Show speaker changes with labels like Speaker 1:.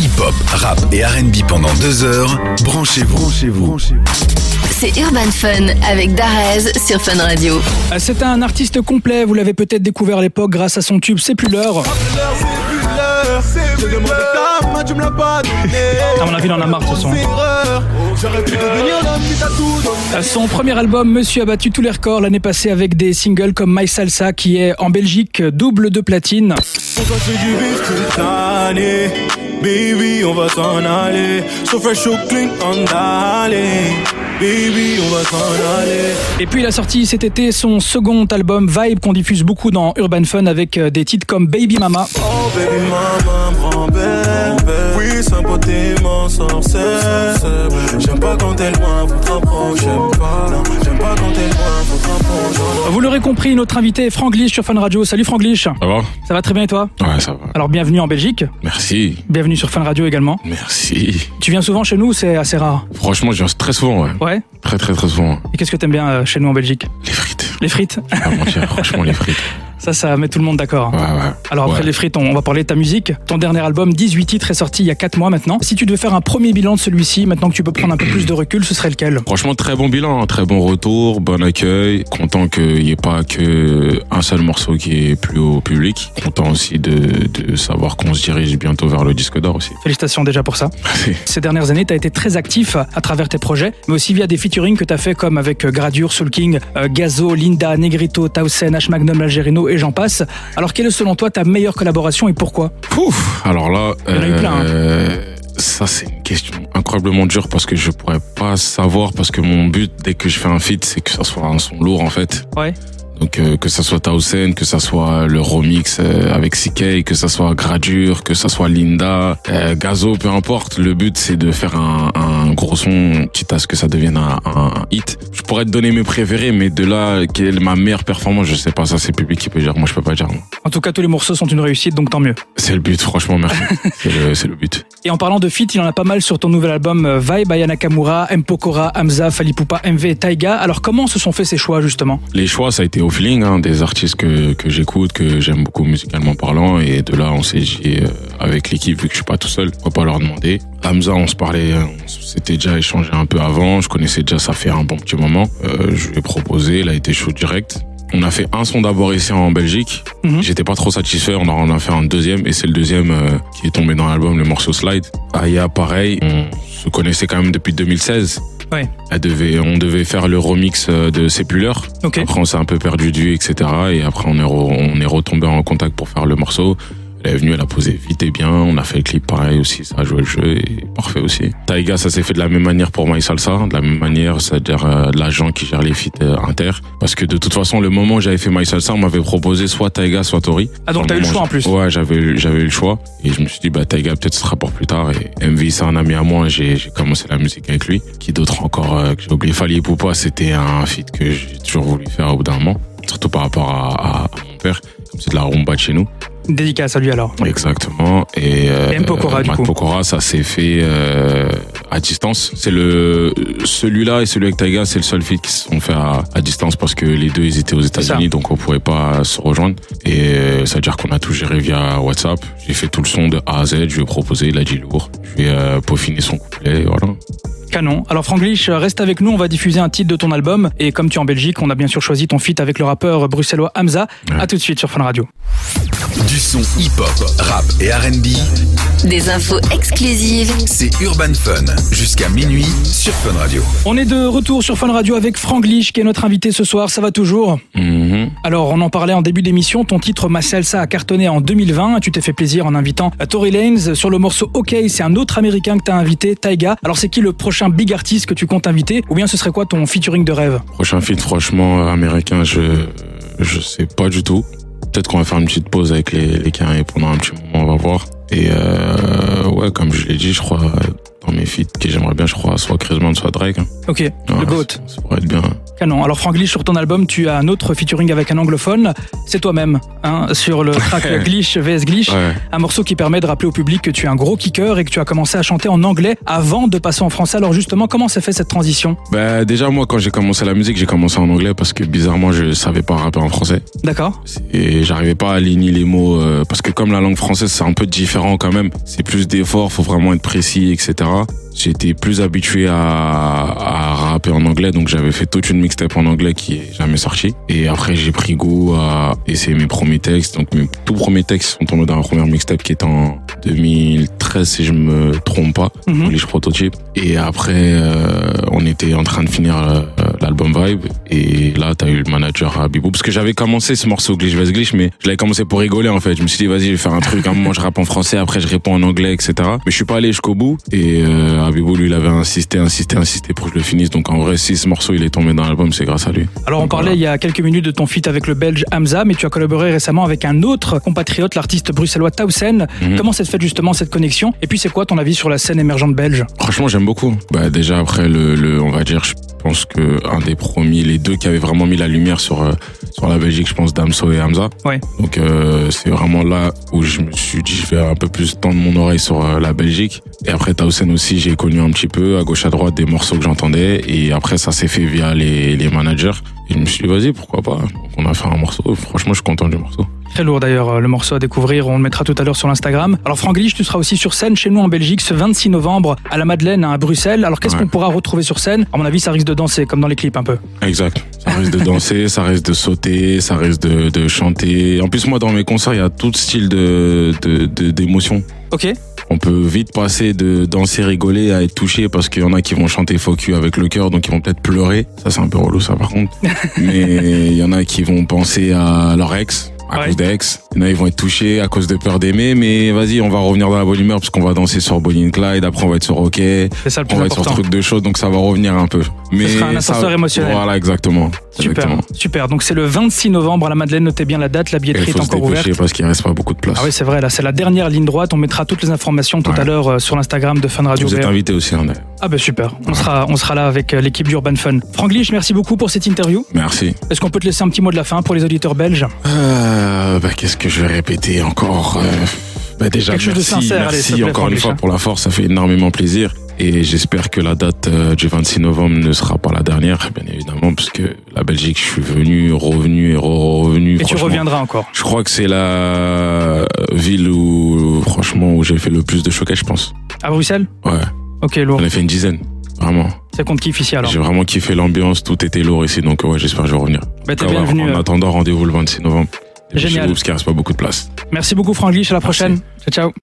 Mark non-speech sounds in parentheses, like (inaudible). Speaker 1: Hip-hop, rap et RB pendant deux heures. Branchez-vous. Branchez-vous.
Speaker 2: C'est Urban Fun avec Darez sur Fun Radio.
Speaker 3: Ah, C'est un artiste complet, vous l'avez peut-être découvert à l'époque grâce à son tube C'est plus l'heure. À mon avis, il en a marre ce son. Ah, Son premier album, Monsieur a battu tous les records l'année passée avec des singles comme My Salsa qui est en Belgique double de platine.
Speaker 4: Pourquoi tu du beef toute l'année Baby, on va s'en aller. So fresh, so clean, on d'aller. Baby, on va s'en aller.
Speaker 3: Et puis il a sorti cet été son second album Vibe qu'on diffuse beaucoup dans Urban Fun avec euh, des titres comme Baby Mama.
Speaker 4: Oh baby, maman me rend belle. Oui, sa beauté m'en sorcelle. J'aime pas quand elle loin, faut te rapprocher. J'aime pas, non, j'aime pas quand elle loin, faut te rapprocher.
Speaker 3: Vous l'aurez compris, notre invité est Franglish sur Fun Radio. Salut Franglish.
Speaker 5: Ça va
Speaker 3: Ça va très bien et toi
Speaker 5: Ouais, ça va.
Speaker 3: Alors bienvenue en Belgique,
Speaker 5: Merci,
Speaker 3: bienvenue sur Fun Radio également.
Speaker 5: merci.
Speaker 3: Tu viens souvent chez nous, c'est assez rare.
Speaker 5: Franchement, je viens très souvent, ouais.
Speaker 3: Ouais.
Speaker 5: Très, très, très souvent.
Speaker 3: Et qu'est-ce que t'aimes bien euh, chez nous en Belgique
Speaker 5: Les frites.
Speaker 3: Les frites.
Speaker 5: Je vais pas mentir, (laughs) franchement, les frites.
Speaker 3: Ça, ça met tout le monde d'accord. hein.
Speaker 5: Ouais, ouais.
Speaker 3: Alors après
Speaker 5: Ouais.
Speaker 3: les frites, on on va parler de ta musique. Ton dernier album, 18 titres, est sorti il y a 4 mois maintenant. Si tu devais faire un premier bilan de celui-ci, maintenant que tu peux prendre un peu plus de recul, ce serait lequel
Speaker 5: Franchement, très bon bilan, hein. très bon retour, bon accueil. Content qu'il n'y ait pas que un seul morceau qui est plus au public. Content aussi de, de savoir qu'on se dirige bientôt vers le disque d'or aussi.
Speaker 3: Félicitations déjà pour ça.
Speaker 5: Merci.
Speaker 3: Ces dernières années, tu as été très actif à travers tes projets, mais aussi via des featuring que tu as fait comme avec euh, Gradure, Soul King, euh, Gazo, Linda, Negrito, Tausen, H Magnum, Algerino et j'en passe. Alors quelle est selon toi ta meilleure collaboration et pourquoi
Speaker 5: Pouf Alors là,
Speaker 3: Il y en a eu plein, hein.
Speaker 5: euh, ça c'est une question incroyablement dure parce que je pourrais pas savoir parce que mon but dès que je fais un feat c'est que ça soit un son lourd en fait.
Speaker 3: Ouais.
Speaker 5: Donc euh, que ça soit Tausen, que ça soit le remix euh, avec CK, que ça soit Gradure, que ça soit Linda, euh, Gazo, peu importe. Le but c'est de faire un, un gros son, quitte à ce que ça devienne un, un hit. Je pourrais te donner mes préférés, mais de là quelle est ma meilleure performance, je sais pas. Ça c'est le public qui peut dire. Moi je peux pas dire.
Speaker 3: En tout cas, tous les morceaux sont une réussite, donc tant mieux.
Speaker 5: C'est le but, franchement merci. c'est le, c'est le but.
Speaker 3: Et en parlant de feat, il en a pas mal sur ton nouvel album euh, Vibe, Aya Nakamura, M. Pokora, Hamza, Falipupa, MV et Taiga. Alors comment se sont faits ces choix justement
Speaker 5: Les choix, ça a été au feeling, hein, des artistes que, que j'écoute, que j'aime beaucoup musicalement parlant, et de là, on s'est dit, euh, avec l'équipe, vu que je suis pas tout seul, pourquoi pas leur demander. Hamza, on se parlait, euh, on s'était déjà échangé un peu avant, je connaissais déjà, ça fait un bon petit moment. Euh, je lui ai proposé, il a été chaud direct. On a fait un son d'abord ici en Belgique.
Speaker 3: Mhm.
Speaker 5: J'étais pas trop satisfait. On en a fait un deuxième et c'est le deuxième euh, qui est tombé dans l'album, le morceau Slide. Aya, pareil. On se connaissait quand même depuis 2016.
Speaker 3: Ouais.
Speaker 5: Elle devait, on devait faire le remix euh, de Sépuleur.
Speaker 3: Ok.
Speaker 5: Après, on s'est un peu perdu de vue, etc. Et après, on est, re- on est retombé en contact pour faire le morceau. Elle est venue, elle a posé vite et bien. On a fait le clip pareil aussi. Ça a joué le jeu et parfait aussi. Taiga, ça s'est fait de la même manière pour My Salsa. De la même manière, c'est-à-dire euh, l'agent qui gère les feats euh, inter. Parce que de toute façon, le moment où j'avais fait My Salsa, on m'avait proposé soit Taiga, soit Tori.
Speaker 3: Ah donc t'as eu le
Speaker 5: moment,
Speaker 3: choix en plus.
Speaker 5: Ouais, j'avais eu- j'avais eu le choix et je me suis dit bah Taiga peut-être ce sera pour plus tard et MV c'est un ami à moi, j'ai j'ai commencé la musique avec lui. Qui d'autre encore euh, que j'ai oublié Fali et Poupa, c'était un feat que j'ai toujours voulu faire au bout d'un moment, surtout par rapport à, à- à mon père, comme c'est de la rumba de chez nous.
Speaker 3: Dédicace à lui alors.
Speaker 5: Exactement et, euh,
Speaker 3: Et M. Pokora,
Speaker 5: euh,
Speaker 3: du
Speaker 5: Matt
Speaker 3: coup.
Speaker 5: Pokora, ça s'est fait euh, à distance. C'est le celui-là et celui avec Taiga, c'est le seul feat qui se sont fait à, à distance parce que les deux ils étaient aux
Speaker 3: ça.
Speaker 5: États-Unis donc on pouvait pas se rejoindre et euh, ça veut dire qu'on a tout géré via WhatsApp. J'ai fait tout le son de A à Z, je lui ai proposé, il a dit lourd. Je vais euh, peaufiner son couplet, voilà.
Speaker 3: Canon. Alors Franglish, reste avec nous, on va diffuser un titre de ton album. Et comme tu es en Belgique, on a bien sûr choisi ton feat avec le rappeur euh, bruxellois Hamza. À tout de suite sur Fun Radio.
Speaker 1: Du son hip-hop, rap et RB,
Speaker 2: Des infos exclusives
Speaker 1: c'est Urban Fun. Jusqu'à minuit sur Fun Radio.
Speaker 3: On est de retour sur Fun Radio avec Franglish qui est notre invité ce soir. Ça va toujours
Speaker 5: Mhm.
Speaker 3: Alors, on en parlait en début d'émission, ton titre Ma Salsa a cartonné en 2020. Tu t'es fait plaisir en invitant Tory Lanez sur le morceau OK, c'est un autre américain que t'as invité, Taiga. Alors, c'est qui le prochain big artiste que tu comptes inviter Ou bien ce serait quoi ton featuring de rêve
Speaker 5: Prochain feat franchement euh, américain, je je sais pas du tout. Peut-être qu'on va faire une petite pause avec les les carrés pendant un petit moment, on va voir. Et euh, ouais, comme je l'ai dit, je crois euh, dans mes feats que j'aimerais bien, je crois soit Chris Brown, soit Drake. hein.
Speaker 3: Ok,
Speaker 5: Ouais,
Speaker 3: le GOAT.
Speaker 5: Ça, ça pourrait être bien.
Speaker 3: Canon. Alors Frank Lich, sur ton album, tu as un autre featuring avec un anglophone, c'est toi-même, hein, sur
Speaker 5: (laughs)
Speaker 3: le track Glitch vs Glitch,
Speaker 5: Ouais.
Speaker 3: un morceau qui permet de rappeler au public que tu es un gros kicker et que tu as commencé à chanter en anglais avant de passer en français. Alors justement, comment s'est fait cette transition
Speaker 5: Bah, déjà, moi, quand j'ai commencé la musique, j'ai commencé en anglais parce que bizarrement, je savais pas rapper en français.
Speaker 3: D'accord
Speaker 5: Et j'arrivais pas à aligner les mots euh, parce que comme la langue française, c'est un peu différent quand même. C'est plus d'efforts, faut vraiment être précis, etc. J'étais plus habitué à, à rapper en anglais, donc j'avais fait toute une mixtape en anglais qui est jamais sortie. Et après, j'ai pris goût à essayer mes premiers textes. Donc mes tout premiers textes sont tombés dans la première mixtape qui est en 2013, si je me trompe pas.
Speaker 3: Mhm.
Speaker 5: Polish Prototype. Et après, euh, on était en train de finir euh, l'album Vibe. Et là, t'as eu le manager à Bibou. Parce que j'avais commencé ce morceau Glitch vs Glitch, mais je l'avais commencé pour rigoler en fait. Je me suis dit, vas-y, je vais faire un truc. À un moment, je rappe en français, après, je réponds en anglais, etc. Mais je suis pas allé jusqu'au bout. Et euh, Abibou, lui, il avait insisté, insisté, insisté pour que je le finisse. Donc en vrai, si ce morceau il est tombé dans l'album, c'est grâce à lui.
Speaker 3: Alors on
Speaker 5: Donc,
Speaker 3: parlait
Speaker 5: voilà.
Speaker 3: il y a quelques minutes de ton feat avec le Belge Hamza, mais tu as collaboré récemment avec un autre compatriote, l'artiste bruxellois Tausen.
Speaker 5: Mhm.
Speaker 3: Comment s'est fait justement cette connexion Et puis c'est quoi ton avis sur la scène émergente belge
Speaker 5: Franchement, j'aime beaucoup. Bah déjà après le, le- on va dire, je pense que un des premiers, les deux qui avaient vraiment mis la lumière sur euh, sur la Belgique, je pense Damso et Hamza.
Speaker 3: Ouais.
Speaker 5: Donc euh, c'est vraiment là où je me suis dit, je vais un peu plus tendre mon oreille sur euh, la Belgique. Et après Tausen aussi, j'ai connu un petit peu à gauche à droite des morceaux que j'entendais. Et après ça s'est fait via les les managers. Et je me suis dit, vas-y, pourquoi pas. Donc, on a fait un morceau. Franchement, je suis content du morceau.
Speaker 3: Très lourd d'ailleurs, euh, le morceau à découvrir, on le mettra tout à l'heure sur l'Instagram. Alors Franck Lich, tu seras aussi sur scène chez nous en Belgique ce 26 novembre à la Madeleine, hein, à Bruxelles. Alors qu'est-ce
Speaker 5: Ouais.
Speaker 3: qu'on pourra retrouver sur scène À mon avis, ça risque de danser, comme dans les clips un peu.
Speaker 5: Exact. Ça risque de danser, ça risque de sauter, ça risque de, de chanter. En plus, moi, dans mes concerts, il y a tout style de de- de- d'émotion.
Speaker 3: Ok,
Speaker 5: on peut vite passer de danser, rigoler à être touché parce qu'il y en a qui vont chanter faux cul avec le cœur, donc ils vont peut-être pleurer. Ça, c'est un peu relou, ça, par contre. Mais il y en a qui vont penser à leur ex. À
Speaker 3: Ouais.
Speaker 5: cause d'ex. Il y en a, ils vont être touchés à cause de peur d'aimer, mais vas-y, on va revenir dans la bonne humeur parce qu'on va danser sur Bonnie and Clyde, après on va être sur OK,
Speaker 3: c'est ça le
Speaker 5: on
Speaker 3: plus
Speaker 5: va être sur
Speaker 3: important.
Speaker 5: truc de choses, donc ça va revenir un peu. Mais
Speaker 3: sera un
Speaker 5: ça-
Speaker 3: ascenseur émotionnel.
Speaker 5: Voilà, exactement.
Speaker 3: Super,
Speaker 5: Exactement.
Speaker 3: super. Donc c'est le 26 novembre à la Madeleine, notez bien la date, la
Speaker 5: Et il
Speaker 3: billetterie est
Speaker 5: faut se
Speaker 3: encore ouverte.
Speaker 5: dépêcher parce qu'il reste pas beaucoup de place.
Speaker 3: Ah oui, c'est vrai, là, c'est la dernière ligne droite. On mettra toutes les informations tout à
Speaker 5: Ouais.
Speaker 3: l'heure euh, sur l'Instagram de Fun Radio
Speaker 5: Vous êtes
Speaker 3: VR.
Speaker 5: invité aussi, hein, d'ailleurs.
Speaker 3: Ah ben super, on sera, on sera là avec euh, l'équipe d'Urban Fun. Franck Lich, merci beaucoup pour cette interview.
Speaker 5: Merci.
Speaker 3: Est-ce qu'on peut te laisser un petit mot de la fin pour les auditeurs belges
Speaker 5: Euh, bah, qu'est-ce que je vais répéter encore euh, bah, déjà,
Speaker 3: Quelque chose de
Speaker 5: merci,
Speaker 3: sincère, allez,
Speaker 5: merci
Speaker 3: s'il te plaît,
Speaker 5: encore une
Speaker 3: Franck
Speaker 5: fois
Speaker 3: Richard.
Speaker 5: pour la force, ça fait énormément plaisir. Et j'espère que la date euh, du 26 novembre ne sera pas la dernière, bien évidemment, parce que la Belgique, je suis venu, revenu et re-revenu.
Speaker 3: Et tu
Speaker 5: franchement.
Speaker 3: reviendras encore.
Speaker 5: Je crois que c'est la ville où, franchement, où j'ai fait le plus de showcase, je pense.
Speaker 3: À Bruxelles
Speaker 5: Ouais,
Speaker 3: Ok, lourd.
Speaker 5: j'en ai fait une dizaine, vraiment.
Speaker 3: Ça compte kiff ici alors.
Speaker 5: J'ai vraiment kiffé l'ambiance, tout était lourd ici, donc ouais, j'espère que je vais revenir.
Speaker 3: Bah, t'es
Speaker 5: Ah ouais,
Speaker 3: bienvenu.
Speaker 5: en
Speaker 3: euh.
Speaker 5: attendant, rendez-vous le 26 novembre.
Speaker 3: Génial.
Speaker 5: Parce qu'il reste pas beaucoup de place.
Speaker 3: Merci beaucoup, Franck Lich. À la
Speaker 5: Merci.
Speaker 3: prochaine. Ciao, ciao.